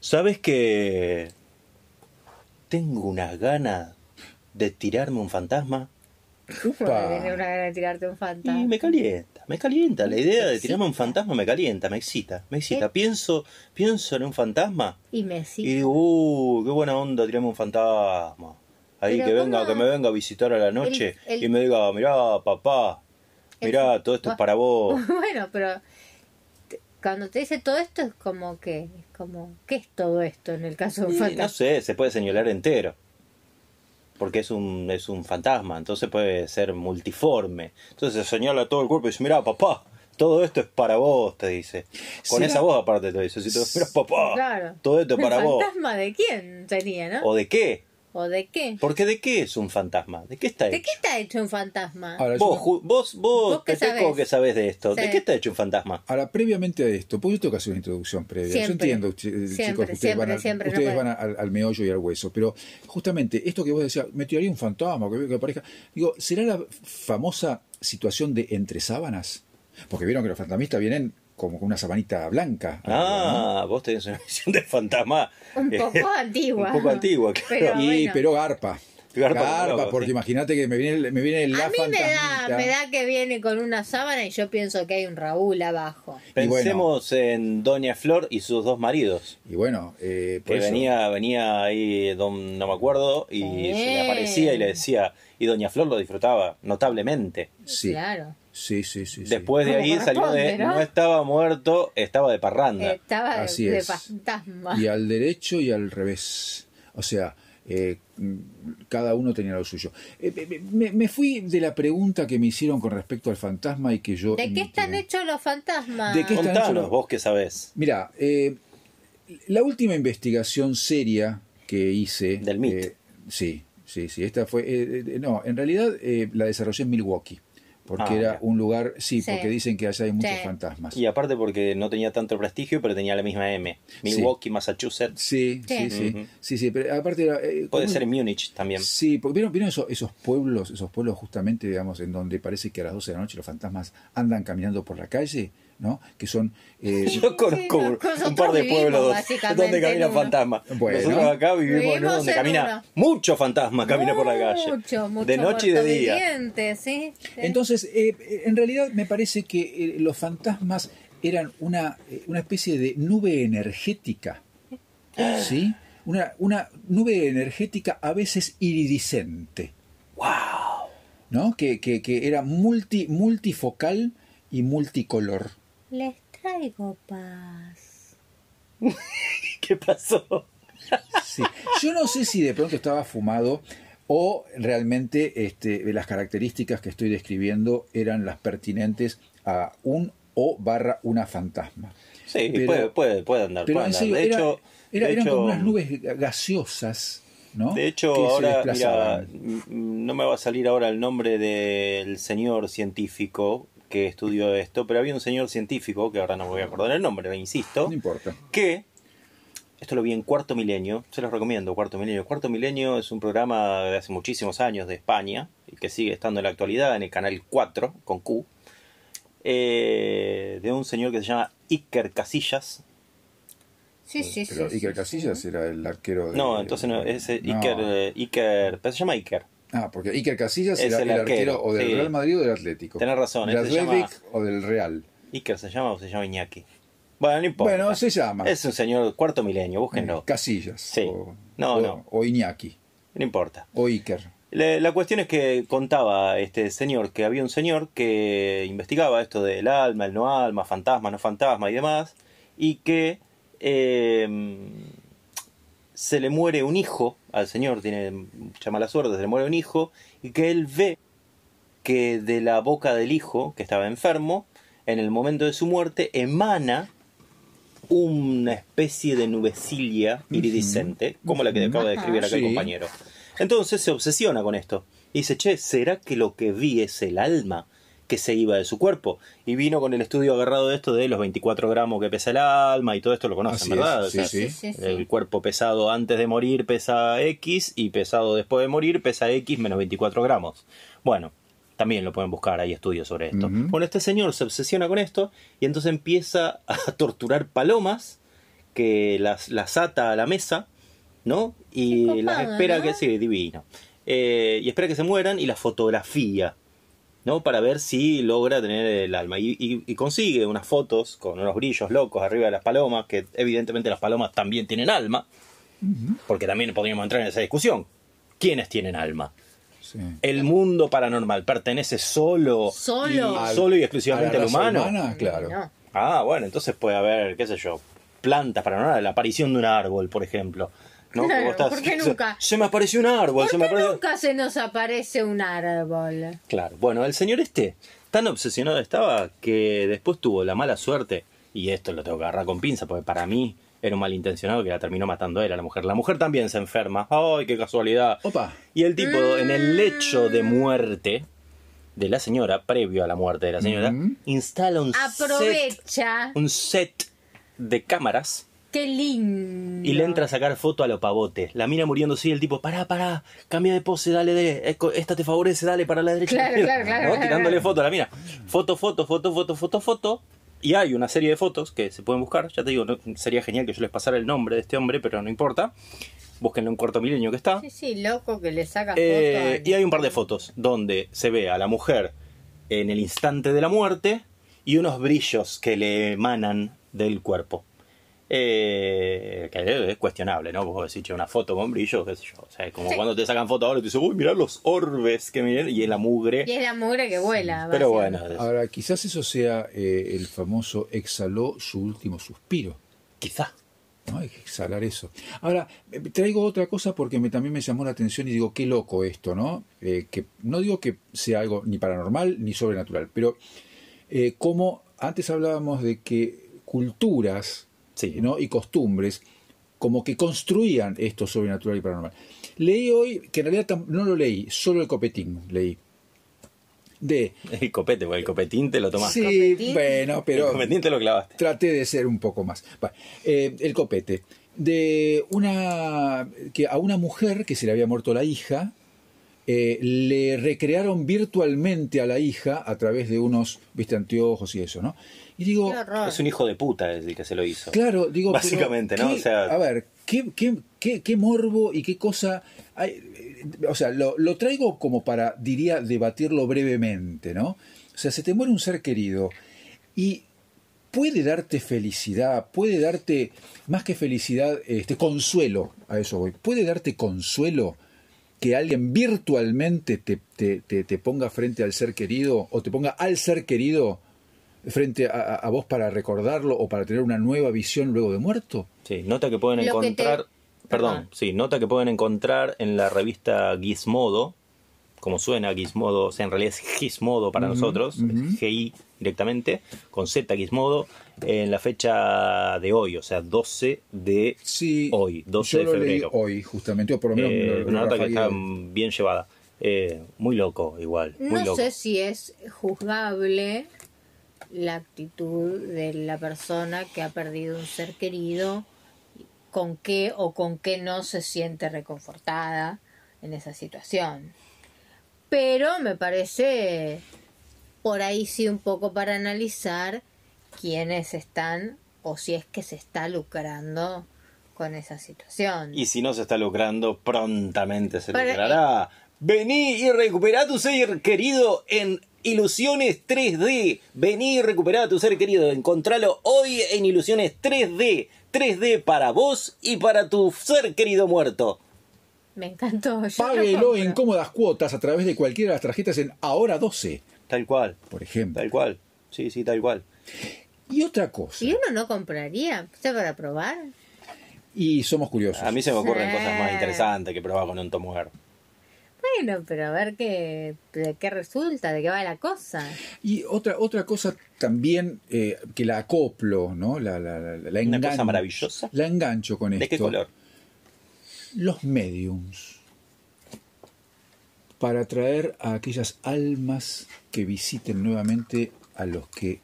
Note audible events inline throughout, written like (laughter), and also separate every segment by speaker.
Speaker 1: ¿Sabes que tengo unas ganas de tirarme un fantasma?
Speaker 2: Porque tener una gana de tirarte un fantasma.
Speaker 1: Y me calienta, me calienta. La idea de tirarme un fantasma me calienta, me excita, me excita. Pienso, pienso en un fantasma
Speaker 2: Y me Eh. sí.
Speaker 1: y digo, uh, qué buena onda tirarme un fantasma. Ahí
Speaker 2: Pero
Speaker 1: que venga,
Speaker 2: ¿cómo?
Speaker 1: que me venga a visitar a la noche
Speaker 2: El- el-
Speaker 1: y me diga, mirá, papá, mirá, todo esto es para vos.
Speaker 2: (laughs) Bueno, pero te- cuando te dice todo esto es como que, es como, ¿qué es todo esto en el (laughs) caso de un
Speaker 1: Y
Speaker 2: fantasma?
Speaker 1: no sé, se puede señalar entero. Porque es un, es un fantasma, entonces puede ser multiforme. Entonces se señala todo el cuerpo y dice, mirá, papá, todo esto es para vos, te dice. Con
Speaker 3: ¿Será?
Speaker 1: esa voz aparte te dice, si te mirá, papá,
Speaker 2: Claro.
Speaker 1: todo esto es para
Speaker 2: ¿El
Speaker 1: vos.
Speaker 2: fantasma de quién sería, no?
Speaker 1: ¿O de qué?
Speaker 2: ¿O de qué?
Speaker 1: Porque ¿de qué es un fantasma? ¿De qué está
Speaker 2: ¿De
Speaker 1: hecho?
Speaker 2: qué está hecho un fantasma?
Speaker 3: Ahora, yo-
Speaker 1: Vos, ju- vos, vos,
Speaker 2: ¿Vos qué
Speaker 1: Peteco,
Speaker 2: sabés?
Speaker 1: que sabés de esto.
Speaker 2: Sí.
Speaker 1: ¿De qué está hecho un fantasma?
Speaker 3: Ahora, previamente a esto, pues yo tengo que hacer una introducción previa. Yo
Speaker 2: Siempre.
Speaker 3: entiendo, chi-
Speaker 2: Siempre,
Speaker 3: eh, chicos, que ustedes
Speaker 2: siempre,
Speaker 3: van, al,
Speaker 2: siempre, no
Speaker 3: ustedes
Speaker 2: puede.
Speaker 3: van a- al, al meollo y al hueso, pero justamente esto que vos decías, me tiraría un fantasma, que veo que aparezca. Digo, ¿será la famosa situación de entre sábanas? Porque vieron que los fantasmistas vienen como con una sabanita blanca. arriba,
Speaker 1: Ah, vos tenés una (laughs) visión de fantasma. (laughs)
Speaker 2: Un poco antigua.
Speaker 1: eh, un poco antigua, claro.
Speaker 2: Pero
Speaker 3: ¿no? Y,
Speaker 2: bueno.
Speaker 3: pero garpa.
Speaker 1: Garpa
Speaker 3: Garpa,
Speaker 1: como loco,
Speaker 3: porque
Speaker 1: sí.
Speaker 3: imagínate que me viene, el- me viene la
Speaker 2: a mí me da,
Speaker 3: fantasmita.
Speaker 2: me da que viene con una sábana y yo pienso que hay un Raúl abajo.
Speaker 3: Y bueno.
Speaker 1: Pensemos en Doña Flor y sus dos maridos.
Speaker 3: Y bueno, eh, por
Speaker 1: Que
Speaker 3: eso-
Speaker 1: venía, venía ahí, don, no me acuerdo, y se le
Speaker 2: Sí.
Speaker 1: aparecía y le decía, y Doña Flor lo disfrutaba notablemente.
Speaker 3: Sí,
Speaker 2: Claro.
Speaker 3: sí, sí, sí. sí.
Speaker 1: Después de
Speaker 2: Como
Speaker 1: ahí salió de,
Speaker 2: corresponde, ¿no? Eh,
Speaker 1: no estaba muerto, estaba de parranda.
Speaker 2: Estaba
Speaker 3: Así
Speaker 2: de
Speaker 3: es.
Speaker 2: fantasma.
Speaker 3: y al derecho y al revés. O sea, eh, mm, cada uno tenía lo suyo. Eh, me- me, me fui de la pregunta que me hicieron con respecto al fantasma y que yo...
Speaker 2: ¿De qué están hechos los fantasmas?
Speaker 3: ¿De qué están
Speaker 1: Contanos,
Speaker 3: hechos los-
Speaker 1: vos que sabés.
Speaker 3: Mira, eh, la última investigación seria que hice...
Speaker 1: Del MIT.
Speaker 3: eh, sí, sí, sí. Esta fue... eh, eh, no, en realidad eh, la desarrollé en Milwaukee. Porque
Speaker 1: Ah,
Speaker 3: era
Speaker 1: mira.
Speaker 3: un lugar... Sí,
Speaker 2: Sí.
Speaker 3: porque dicen que allá hay muchos
Speaker 2: Sí.
Speaker 3: fantasmas.
Speaker 1: Y aparte porque no tenía tanto prestigio, pero tenía la misma M. Milwaukee, Massachusetts.
Speaker 3: Sí,
Speaker 2: Sí.
Speaker 3: sí, sí,
Speaker 1: Ujú.
Speaker 3: sí, sí, pero aparte era... eh,
Speaker 1: Puede
Speaker 3: ¿cómo-
Speaker 1: ser en Múnich también.
Speaker 3: Sí, porque vieron, vieron eso- esos pueblos, esos pueblos justamente, digamos, en donde parece que a las 12 de la noche los fantasmas andan caminando por la calle, ¿no? Que son...
Speaker 1: (laughs)
Speaker 3: eh,
Speaker 1: (laughs) Yo conozco
Speaker 2: Sí,
Speaker 1: un-
Speaker 2: nosotros
Speaker 1: un par de
Speaker 2: vivimos
Speaker 1: pueblos donde-
Speaker 2: básicamente
Speaker 1: donde
Speaker 2: en
Speaker 1: camina
Speaker 2: uno.
Speaker 1: fantasma.
Speaker 3: Bueno.
Speaker 1: Nosotros acá vivimos, en uno
Speaker 2: Vivimos
Speaker 1: donde
Speaker 2: en
Speaker 1: camina
Speaker 2: uno.
Speaker 1: mucho fantasma, camina por la calle.
Speaker 2: Mucho, mucho
Speaker 1: de noche y de día.
Speaker 2: muertoviviente, ¿sí?
Speaker 3: entonces, eh, eh, en realidad me parece que eh, los fantasmas eran una, eh, una especie de nube energética, ¿sí? Una, una nube energética a veces iridiscente. ¡Wow! ¿No? Que, que, que era multi, multifocal y multicolor.
Speaker 2: Les traigo paz.
Speaker 1: (laughs) ¿Qué pasó?
Speaker 3: Sí. Yo no sé si de pronto estaba fumado o realmente este, las características que estoy describiendo eran las pertinentes a un o barra una fantasma.
Speaker 1: Sí,
Speaker 3: Pero-
Speaker 1: puede, puede, puede andar.
Speaker 3: Pero
Speaker 1: puede
Speaker 3: en
Speaker 1: andar.
Speaker 3: serio,
Speaker 1: de
Speaker 3: era-
Speaker 1: hecho,
Speaker 3: era-
Speaker 1: de
Speaker 3: eran como
Speaker 1: hecho-
Speaker 3: unas nubes gaseosas, ¿no?
Speaker 1: De hecho,
Speaker 3: Que se
Speaker 1: ahora, mira,
Speaker 3: desplazaban.
Speaker 1: m- m- no me va a salir ahora el nombre del señor científico que estudió esto, pero había un señor científico, que ahora no me voy a acordar el nombre, insisto,
Speaker 3: No importa.
Speaker 1: que, esto lo vi en Cuarto Milenio, se los recomiendo, Cuarto Milenio. Cuarto Milenio es un programa de hace muchísimos años de España, y que sigue estando en la actualidad en el canal 4, con Q, eh, de un señor que se llama Iker Casillas,
Speaker 2: Sí, sí, sí.
Speaker 3: Pero
Speaker 2: sí,
Speaker 3: Iker
Speaker 2: sí.
Speaker 3: Casillas era el arquero. de-
Speaker 1: No, entonces no, es eh,
Speaker 3: No.
Speaker 1: Iker, eh, Iker, pero se llama Iker.
Speaker 3: Ah, porque Iker Casillas
Speaker 1: Es
Speaker 3: era
Speaker 1: el
Speaker 3: el arquero,
Speaker 1: arquero,
Speaker 3: o del
Speaker 1: sí.
Speaker 3: Real Madrid o del Atlético.
Speaker 1: Tenés razón,
Speaker 3: Del
Speaker 1: este se
Speaker 3: Atlético
Speaker 1: llama-
Speaker 3: o del Real.
Speaker 1: Iker se llama o se llama Iñaki. Bueno, no importa.
Speaker 3: Bueno, se llama.
Speaker 1: Es un señor cuarto milenio, búsquenlo.
Speaker 3: Eh, Casillas.
Speaker 1: Sí.
Speaker 3: O,
Speaker 1: No,
Speaker 3: o-
Speaker 1: no.
Speaker 3: o Iñaki.
Speaker 1: No importa.
Speaker 3: O Iker.
Speaker 1: La, la cuestión es que contaba este señor que había un señor que investigaba esto del alma, el no alma, fantasma, no fantasma y demás, y que eh, se le muere un hijo al señor, tiene mucha mala suerte, se le muere un hijo, y que él ve que de la boca del hijo, que estaba enfermo, en el momento de su muerte emana una especie de nubecilla iridiscente, como la que acaba de describir acá el
Speaker 3: Sí.
Speaker 1: compañero. Entonces se obsesiona con esto. Y dice, che, ¿será que lo que vi es el alma que se iba de su cuerpo? Y vino con el estudio agarrado de esto de los 24 gramos que pesa el alma y todo esto lo conocen,
Speaker 3: Así es,
Speaker 1: ¿verdad? O
Speaker 3: sí,
Speaker 1: sea,
Speaker 2: Sí, sí, sí.
Speaker 1: el cuerpo pesado antes de morir pesa X y pesado después de morir pesa X menos 24 gramos. Bueno, también lo pueden buscar, hay estudios sobre esto.
Speaker 3: Ujú.
Speaker 1: Bueno, este señor se obsesiona con esto y entonces empieza a torturar palomas que las, las ata a la mesa, ¿no? Y
Speaker 2: Qué copado,
Speaker 1: las espera
Speaker 2: ¿no?
Speaker 1: que sí, divino. Eh, y espera que se mueran y las fotografía, ¿no? Para ver si logra tener el alma. Y, y- y consigue unas fotos con unos brillos locos arriba de las palomas, que evidentemente las palomas también tienen alma, porque también podríamos entrar en esa discusión. ¿Quiénes tienen alma?
Speaker 3: Sí.
Speaker 1: ¿El mundo paranormal pertenece solo,
Speaker 2: Solo.
Speaker 1: y, solo y exclusivamente
Speaker 3: Solamente
Speaker 1: al humano?
Speaker 3: claro.
Speaker 2: No.
Speaker 1: Ah, bueno, entonces puede haber, qué sé yo, plantas paranormales, la aparición de un árbol, por ejemplo. ¿No? Que
Speaker 2: Claro,
Speaker 1: vos estás-
Speaker 2: ¿por qué nunca?
Speaker 1: (laughs) Se me apareció un árbol,
Speaker 2: ¿Por
Speaker 1: se me
Speaker 2: qué
Speaker 1: apareció...
Speaker 2: nunca se nos aparece un árbol?
Speaker 1: Claro, bueno, el señor este tan obsesionado estaba que después tuvo la mala suerte, y esto lo tengo que agarrar con pinza, porque para mí era un malintencionado que la terminó matando él a la mujer. La mujer también se enferma. ¡Ay, qué casualidad!
Speaker 3: Opa.
Speaker 1: Y el tipo, en el lecho de
Speaker 2: Mm.
Speaker 1: muerte de la señora, previo a la muerte de la señora,
Speaker 3: Mm.
Speaker 1: instala un set,
Speaker 2: Aprovecha.
Speaker 1: un set de cámaras
Speaker 2: Qué lindo.
Speaker 1: y le entra a sacar foto a lo pavote. La mina muriendo así, el tipo, pará, pará, cambia de pose, dale, dale, eco- esta te favorece, dale para la derecha. (laughs)
Speaker 2: Claro, claro, claro,
Speaker 1: ¿no?
Speaker 2: claro,
Speaker 1: Tirándole
Speaker 2: claro.
Speaker 1: foto a la mina. Foto, foto, foto, foto, foto, foto. Y hay una serie de fotos que se pueden buscar. Ya te digo, no- sería genial que yo les pasara el nombre de este hombre, pero no importa. Búsquenlo en corto milenio que está.
Speaker 2: Sí, sí, loco que le saca
Speaker 1: Eh,
Speaker 2: fotos.
Speaker 1: y hay un par de fotos donde se ve a la mujer en el instante de la muerte y unos brillos que le emanan del cuerpo. Eh, que es cuestionable, ¿no? Vos decís, che, una foto con brillos, qué sé yo. O sea, es como
Speaker 2: Sí.
Speaker 1: cuando te sacan foto ahora y te dicen, uy, mirá los orbes que miren, y es la mugre.
Speaker 2: Y es la mugre que vuela.
Speaker 1: Pero
Speaker 2: básicamente.
Speaker 1: bueno, es-
Speaker 3: Ahora, quizás eso sea eh, el famoso exhaló su último suspiro.
Speaker 1: quizá.
Speaker 3: ¿no? Hay que exhalar eso. Ahora, eh, traigo otra cosa porque me, también me llamó la atención y digo, qué loco esto, ¿no? Eh, que no digo que sea algo ni paranormal ni sobrenatural, pero eh, como antes hablábamos de que culturas
Speaker 1: Sí.
Speaker 3: ¿no? y costumbres como que construían esto sobrenatural y paranormal. Leí hoy, que en realidad tam- no lo leí, solo el copetín leí. De...
Speaker 1: El copete, o el copetín te lo tomaste.
Speaker 3: sí,
Speaker 2: Copetín.
Speaker 3: bueno, pero
Speaker 1: el copetín te lo clavaste.
Speaker 3: traté de ser un poco más. Va, eh, el copete. De una. que a una mujer que se le había muerto la hija. eh, le recrearon virtualmente a la hija a través de unos, viste, anteojos y eso, ¿no? Y digo,
Speaker 2: Qué horror.
Speaker 1: Es un hijo de puta es el que se lo hizo.
Speaker 3: Claro, digo. pero
Speaker 1: Básicamente, ¿no?
Speaker 3: qué-
Speaker 1: O sea-
Speaker 3: A ver, ¿qué, qué, qué, qué morbo y qué cosa. hay? Eh, o sea, lo, lo traigo como para, diría, debatirlo brevemente, ¿no? O sea, se te muere un ser querido y puede darte felicidad, puede darte, más que felicidad, este, consuelo, a eso voy, puede darte consuelo que alguien virtualmente te, te, te, te ponga frente al ser querido o te ponga al ser querido frente a, a- a vos para recordarlo o para tener una nueva visión luego de muerto.
Speaker 1: Sí, nota que pueden
Speaker 2: Lo que te-
Speaker 1: encontrar. Perdón,
Speaker 2: Ajá.
Speaker 1: sí, nota que pueden encontrar en la revista Gizmodo, como suena Gizmodo, o sea, en realidad es Gizmodo para nosotros, es GI directamente, con Z Gizmodo, en la fecha de hoy, o sea, 12 de
Speaker 3: Sí,
Speaker 1: hoy, 12
Speaker 3: yo
Speaker 1: de
Speaker 3: lo leí
Speaker 1: febrero.
Speaker 3: hoy, justamente, o por lo menos...
Speaker 1: Eh,
Speaker 3: lo- lo
Speaker 1: una nota que
Speaker 3: rafagueé
Speaker 1: está
Speaker 3: hoy.
Speaker 1: bien llevada. Eh, muy loco, igual. Muy
Speaker 2: No
Speaker 1: loco.
Speaker 2: sé si es juzgable la actitud de la persona que ha perdido un ser querido, con qué o con qué no se siente reconfortada en esa situación. Pero me parece por ahí sí un poco para analizar quiénes están o si es que se está lucrando con esa situación.
Speaker 1: Y si no se está lucrando, prontamente se
Speaker 2: Para-
Speaker 1: lucrará. Vení y recuperá tu ser querido en Ilusiones 3D. Vení y recuperá tu ser querido. Encontralo hoy en Ilusiones 3D. 3D para vos y para tu ser querido muerto.
Speaker 2: Me encantó. yo lo
Speaker 3: Páguelo en
Speaker 2: compro.
Speaker 3: cómodas cuotas a través de cualquiera de las tarjetas en Ahora 12,
Speaker 1: Tal cual,
Speaker 3: por ejemplo.
Speaker 1: tal cual. Sí, sí, tal cual.
Speaker 3: Y otra cosa,
Speaker 2: Y uno no compraría, o sea, para probar.
Speaker 3: y somos curiosos.
Speaker 1: A mí se me ocurren
Speaker 2: Sí.
Speaker 1: cosas más interesantes que probar con un tomuer.
Speaker 2: Bueno, pero a ver qué, de qué resulta, de qué va la cosa.
Speaker 3: Y otra, otra cosa también eh, que la acoplo, ¿no? La, la, la, la
Speaker 1: Una
Speaker 3: engancho-
Speaker 1: cosa maravillosa.
Speaker 3: La engancho con esto.
Speaker 1: ¿De qué color?
Speaker 3: Los mediums. Para atraer a aquellas almas que visiten nuevamente a los que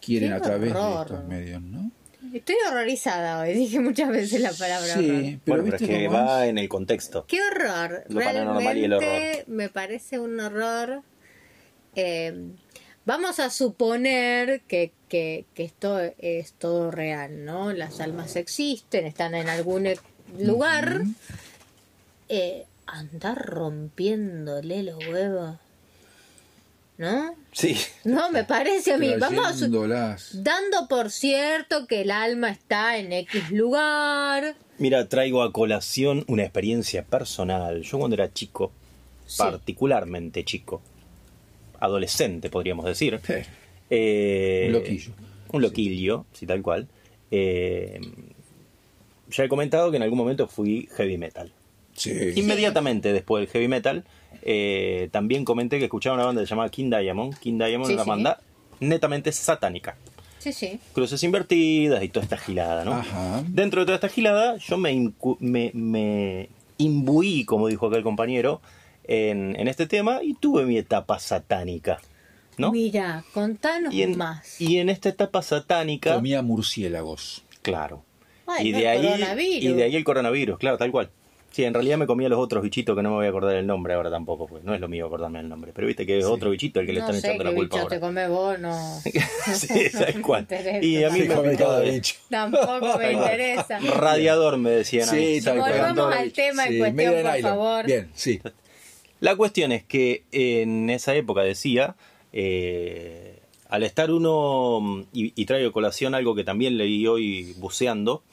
Speaker 3: quieren
Speaker 2: Qué
Speaker 3: a través de
Speaker 2: horror.
Speaker 3: estos medios, ¿no?
Speaker 2: Estoy horrorizada hoy, (laughs) dije muchas veces la palabra horror.
Speaker 3: sí, pero
Speaker 1: bueno, pero
Speaker 3: viste
Speaker 1: es que
Speaker 3: cómo es?
Speaker 1: va en el contexto.
Speaker 2: Qué horror.
Speaker 1: Lo paranormal y el
Speaker 2: Realmente me parece un horror. Eh, vamos a suponer que, que que, que esto es todo real, ¿no? Las almas existen, están en algún e- lugar.
Speaker 3: Ujú.
Speaker 2: Eh, andar rompiéndole los huevos, ¿no?
Speaker 1: Sí,
Speaker 2: No, me parece a mí. Vamos
Speaker 3: Trayéndolas.
Speaker 2: dando por cierto que el alma está en X lugar.
Speaker 1: Mira, traigo a colación una experiencia personal. Yo cuando era chico,
Speaker 2: Sí.
Speaker 1: particularmente chico, adolescente podríamos decir,
Speaker 3: Eh,
Speaker 1: eh,
Speaker 3: Un loquillo.
Speaker 1: Un loquillo, sí, tal cual. Eh, ya he comentado que en algún momento fui heavy metal.
Speaker 3: Sí.
Speaker 1: Inmediatamente después del heavy metal, eh, también comenté que escuchaba una banda llamada King Diamond. King Diamond
Speaker 2: Sí,
Speaker 1: es una
Speaker 2: sí.
Speaker 1: banda netamente satánica.
Speaker 2: Sí, sí.
Speaker 1: Cruces invertidas y toda esta gilada, ¿no?
Speaker 3: Ajá.
Speaker 1: Dentro de toda esta gilada, yo me, incu- me, me imbuí, como dijo aquel compañero, en, en este tema y tuve mi etapa satánica, ¿no?
Speaker 2: Mira, contanos
Speaker 1: Y en,
Speaker 2: más.
Speaker 1: y en esta etapa satánica,
Speaker 3: Comía murciélagos.
Speaker 1: claro.
Speaker 2: Ay,
Speaker 1: y,
Speaker 2: no,
Speaker 1: de
Speaker 2: el
Speaker 1: ahí,
Speaker 2: coronavirus.
Speaker 1: y de ahí el coronavirus, claro, tal cual. Sí, en realidad me comía los otros bichitos que no me voy a acordar el nombre ahora tampoco, pues no es lo mío acordarme el nombre. Pero viste que es otro bichito el que le
Speaker 2: no
Speaker 1: están
Speaker 2: sé
Speaker 1: echando
Speaker 2: qué
Speaker 1: la culpa
Speaker 2: bicho
Speaker 1: (laughs)
Speaker 2: te
Speaker 1: ahora.
Speaker 2: come
Speaker 1: (laughs)
Speaker 2: vos, no.
Speaker 1: sí,
Speaker 2: (laughs)
Speaker 1: tal cual.
Speaker 2: interesa.
Speaker 1: Y a mí
Speaker 2: Sí,
Speaker 1: me picaba de-
Speaker 2: Tampoco me Pues interesa.
Speaker 1: Radiador me decían a mí.
Speaker 3: Sí, tal cual.
Speaker 2: Volvamos al tema en
Speaker 3: Sí,
Speaker 2: cuestión,
Speaker 3: Made in
Speaker 2: por
Speaker 3: Island.
Speaker 2: favor.
Speaker 3: Bien, sí.
Speaker 1: La cuestión es que eh, en esa época decía, eh, al estar uno, y, y traigo a colación algo que también leí hoy buceando,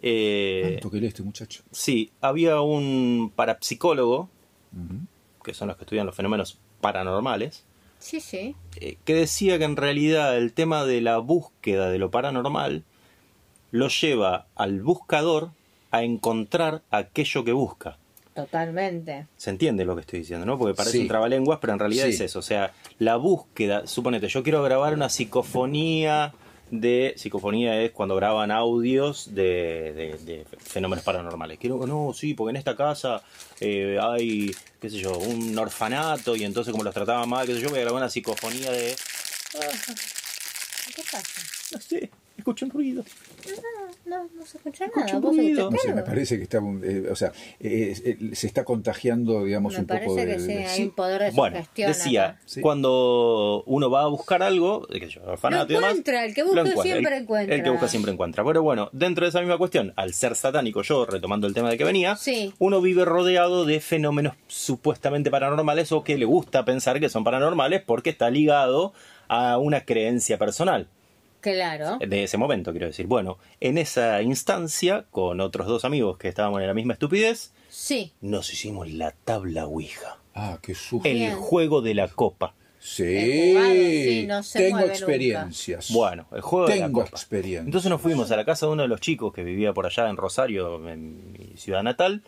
Speaker 1: eh,
Speaker 3: Tanto que lee este muchacho.
Speaker 1: sí, había un parapsicólogo,
Speaker 3: Ujú.
Speaker 1: que son los que estudian los fenómenos paranormales,
Speaker 2: Sí, sí.
Speaker 1: eh, que decía que en realidad el tema de la búsqueda de lo paranormal lo lleva al buscador a encontrar aquello que busca.
Speaker 2: Totalmente.
Speaker 1: Se entiende lo que estoy diciendo, ¿no? Porque parece
Speaker 3: Sí.
Speaker 1: un trabalenguas, pero en realidad
Speaker 3: Sí.
Speaker 1: es eso. O sea, la búsqueda, suponete, yo quiero grabar una psicofonía de. Psicofonía es cuando graban audios de, de- de fenómenos paranormales. Quiero, no, sí, porque en esta casa eh, hay, qué sé yo, un orfanato y entonces como los trataban mal, qué sé yo, voy a grabar una psicofonía de.
Speaker 2: ¿Qué pasa?
Speaker 1: No sé, escucho un ruido.
Speaker 2: No, no se escucha
Speaker 1: Escucho
Speaker 2: nada.
Speaker 1: un
Speaker 2: ¿Vos escuchás
Speaker 1: ruido.
Speaker 3: No sé, me
Speaker 2: algo?
Speaker 3: parece que está, eh, o sea, eh, eh, se está contagiando, digamos,
Speaker 2: Me
Speaker 3: un poco
Speaker 2: parece
Speaker 3: de...
Speaker 2: que sí,
Speaker 3: de-
Speaker 2: hay un poder de
Speaker 1: Bueno,
Speaker 2: sugestión
Speaker 1: decía,
Speaker 2: acá.
Speaker 3: Sí.
Speaker 1: cuando uno va a buscar algo, de que yo, orfanato
Speaker 2: Lo
Speaker 1: y demás,
Speaker 2: encuentra, el que busca
Speaker 1: lo encuentra,
Speaker 2: siempre
Speaker 1: el-
Speaker 2: encuentra.
Speaker 1: El que busca siempre encuentra. Pero bueno, dentro de esa misma cuestión, al ser satánico, yo retomando el tema de que venía,
Speaker 2: Sí.
Speaker 1: uno vive rodeado de fenómenos supuestamente paranormales o que le gusta pensar que son paranormales porque está ligado a una creencia personal
Speaker 2: Claro.
Speaker 1: de ese momento, quiero decir. Bueno, en esa instancia, con otros dos amigos que estábamos en la misma estupidez,
Speaker 2: Sí.
Speaker 1: nos hicimos la tabla Ouija.
Speaker 3: Ah, qué susto.
Speaker 1: El
Speaker 2: Bien.
Speaker 1: juego de la copa.
Speaker 3: Sí,
Speaker 2: He jugado, sí, no se
Speaker 3: tengo
Speaker 2: mueve nunca.
Speaker 3: experiencias.
Speaker 1: Bueno, el juego de la
Speaker 3: Tengo
Speaker 1: copa.
Speaker 3: experiencia.
Speaker 1: Entonces nos fuimos a la casa de uno de los chicos que vivía por allá en Rosario, en mi ciudad natal,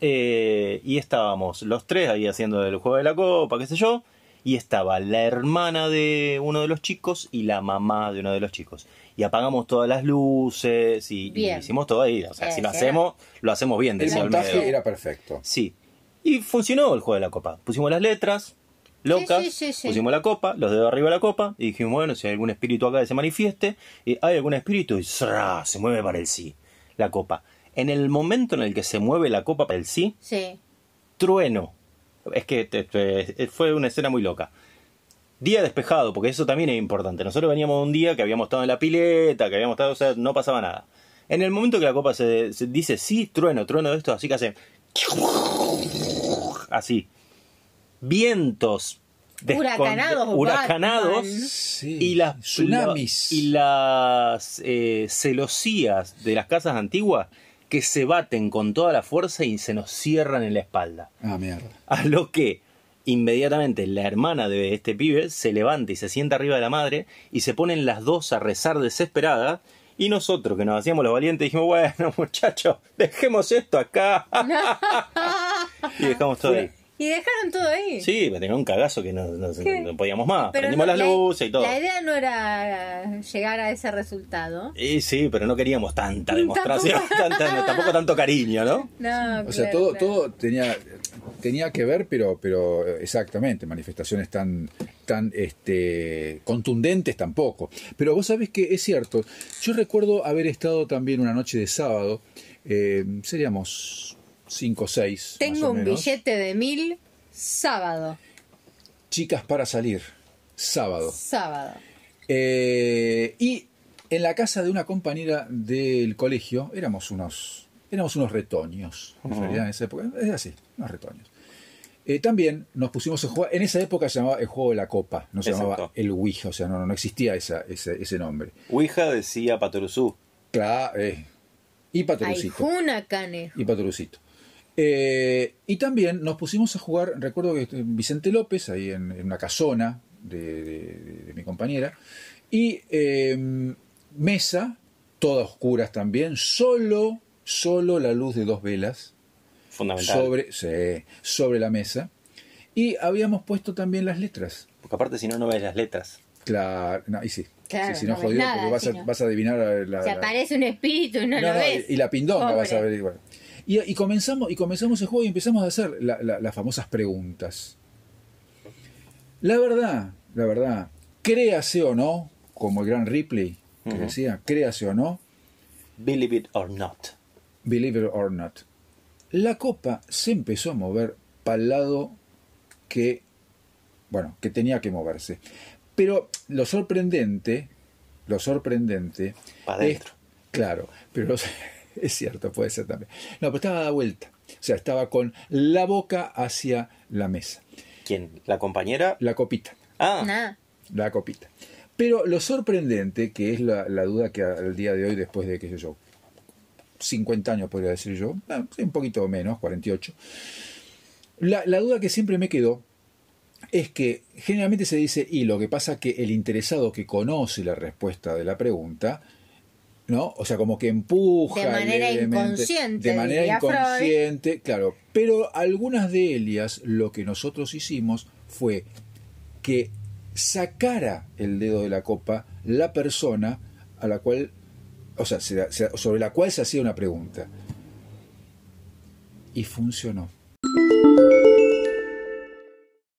Speaker 1: eh, y estábamos los tres ahí haciendo el juego de la copa, qué sé yo, y estaba la hermana de uno de los chicos y la mamá de uno de los chicos. Y apagamos todas las luces y, y
Speaker 2: Bien.
Speaker 1: hicimos todo ahí. O sea,
Speaker 2: Eh,
Speaker 1: si lo
Speaker 2: será.
Speaker 1: hacemos, lo hacemos bien,
Speaker 3: el
Speaker 1: decía
Speaker 3: montaje
Speaker 1: Olmedo.
Speaker 3: era perfecto.
Speaker 1: Sí. Y funcionó el juego de la copa. Pusimos las letras, locas,
Speaker 2: Sí, sí, sí, sí.
Speaker 1: pusimos la copa, los dedos arriba de la copa, y dijimos, bueno, si hay algún espíritu acá que se manifieste, y hay algún espíritu, y ¡zra! se mueve para el sí, la copa. En el momento en el que se mueve la copa para el sí,
Speaker 2: Sí.
Speaker 1: trueno. Es que te- te- eh, fue una escena muy loca. Día despejado, porque eso también es importante. Nosotros veníamos de un día que habíamos estado en la pileta, que habíamos estado, o sea, no pasaba nada. En el momento que la copa se, se dice, sí, trueno, trueno de esto, así que hace... Así. Vientos. descon-
Speaker 2: Huracanados,
Speaker 1: Huracanados.
Speaker 2: Batman.
Speaker 3: Sí.
Speaker 1: Y las
Speaker 3: tsunamis.
Speaker 1: la- y las eh, celosías de las casas antiguas que se baten con toda la fuerza y se nos cierran en la espalda.
Speaker 3: Ah, mierda.
Speaker 1: A lo que inmediatamente la hermana de este pibe se levanta y se sienta arriba de la madre y se ponen las dos a rezar desesperadas. Y nosotros, que nos hacíamos los valientes, dijimos, bueno, (laughs) muchachos, dejemos esto
Speaker 2: (laughs)
Speaker 1: acá. y dejamos todo ahí.
Speaker 2: Y dejaron todo ahí.
Speaker 1: Sí, me tenía un cagazo que no, no-
Speaker 2: ¿Qué?
Speaker 1: no podíamos más.
Speaker 2: Pero
Speaker 1: Prendimos
Speaker 2: no,
Speaker 1: las
Speaker 2: la-
Speaker 1: luces y todo.
Speaker 2: La idea no era llegar a ese resultado.
Speaker 1: Y sí, pero no queríamos tanta
Speaker 2: Tampoco. (laughs)
Speaker 1: demostración, tanta- no, tampoco tanto cariño, ¿no?
Speaker 2: No,
Speaker 3: O sea,
Speaker 2: claro,
Speaker 3: todo,
Speaker 2: claro.
Speaker 3: todo tenía, tenía que ver, pero, pero eh, exactamente, manifestaciones tan, tan este, contundentes tampoco. Pero vos sabés que es cierto, yo recuerdo haber estado también una noche de sábado, eh, seríamos cinco o seis. más
Speaker 2: Tengo
Speaker 3: o
Speaker 2: un
Speaker 3: menos.
Speaker 2: billete de mil sábado.
Speaker 3: Chicas para salir, sábado.
Speaker 2: Sábado.
Speaker 3: Eh, y en la casa de una compañera del colegio éramos unos, éramos unos retoños, en
Speaker 1: Ujú.
Speaker 3: realidad en esa época. Es así, unos retoños. Eh, también nos pusimos a jugar, en esa época se llamaba el juego de la copa, no se llamaba
Speaker 1: Exacto.
Speaker 3: el Ouija, o sea, no, no, no existía esa, ese, ese nombre.
Speaker 1: Ouija decía Patoruzú.
Speaker 3: Claro, eh, y
Speaker 2: Hay
Speaker 3: Patrocito.
Speaker 2: Hunacane.
Speaker 3: y Patrucito. Eh, y también nos pusimos a jugar, recuerdo que este, Vicente López, ahí en, en una casona de, de- de- de mi compañera, y eh, mesa, todas oscuras también, solo, solo la luz de dos velas
Speaker 1: Fundamental.
Speaker 3: sobre, sí, sobre la mesa, y habíamos puesto también las letras.
Speaker 1: Porque aparte si no, no ves las letras.
Speaker 3: Claro, no, y sí,
Speaker 2: Claro,
Speaker 3: sí, si no,
Speaker 2: no ves
Speaker 3: jodido,
Speaker 2: nada,
Speaker 3: porque vas,
Speaker 2: si
Speaker 3: a,
Speaker 2: no.
Speaker 3: vas a adivinar la- la-
Speaker 2: Se
Speaker 3: la,
Speaker 2: aparece un espíritu y no,
Speaker 3: No,
Speaker 2: lo
Speaker 3: no,
Speaker 2: ves.
Speaker 3: y la pindonga
Speaker 2: Pobre.
Speaker 3: vas a ver igual. Y, y comenzamos, y comenzamos el juego y empezamos a hacer la- la- las famosas preguntas. La verdad, la verdad, créase o no, como el gran Ripley que
Speaker 1: Ujú.
Speaker 3: decía, créase o no,
Speaker 1: Believe it or not.
Speaker 3: believe it or not. La copa se empezó a mover para el lado que, bueno, que tenía que moverse. Pero lo sorprendente, lo sorprendente,
Speaker 1: Para adentro.
Speaker 3: es- claro, pero (laughs) los- es cierto, puede ser también. No, pero estaba dada vuelta. O sea, estaba con la boca hacia la mesa.
Speaker 1: ¿Quién? ¿La compañera?
Speaker 3: La copita,
Speaker 1: Ah,
Speaker 2: Nada.
Speaker 3: la copita. Pero lo sorprendente, que es la, la duda que al día de hoy, después de, qué sé yo, 50 años podría decir yo, ah, sí, un poquito menos, 48, la, la duda que siempre me quedó es que generalmente se dice, y lo que pasa que el interesado que conoce la respuesta de la pregunta, ¿no? O sea, como que empuja.
Speaker 2: De manera
Speaker 3: levemente,
Speaker 2: inconsciente,
Speaker 3: De manera
Speaker 2: diría Freud.
Speaker 3: inconsciente, claro. Pero algunas de ellas, lo que nosotros hicimos fue que sacara el dedo de la copa la persona a la cual, o sea, se- se- sobre la cual se hacía una pregunta. Y funcionó.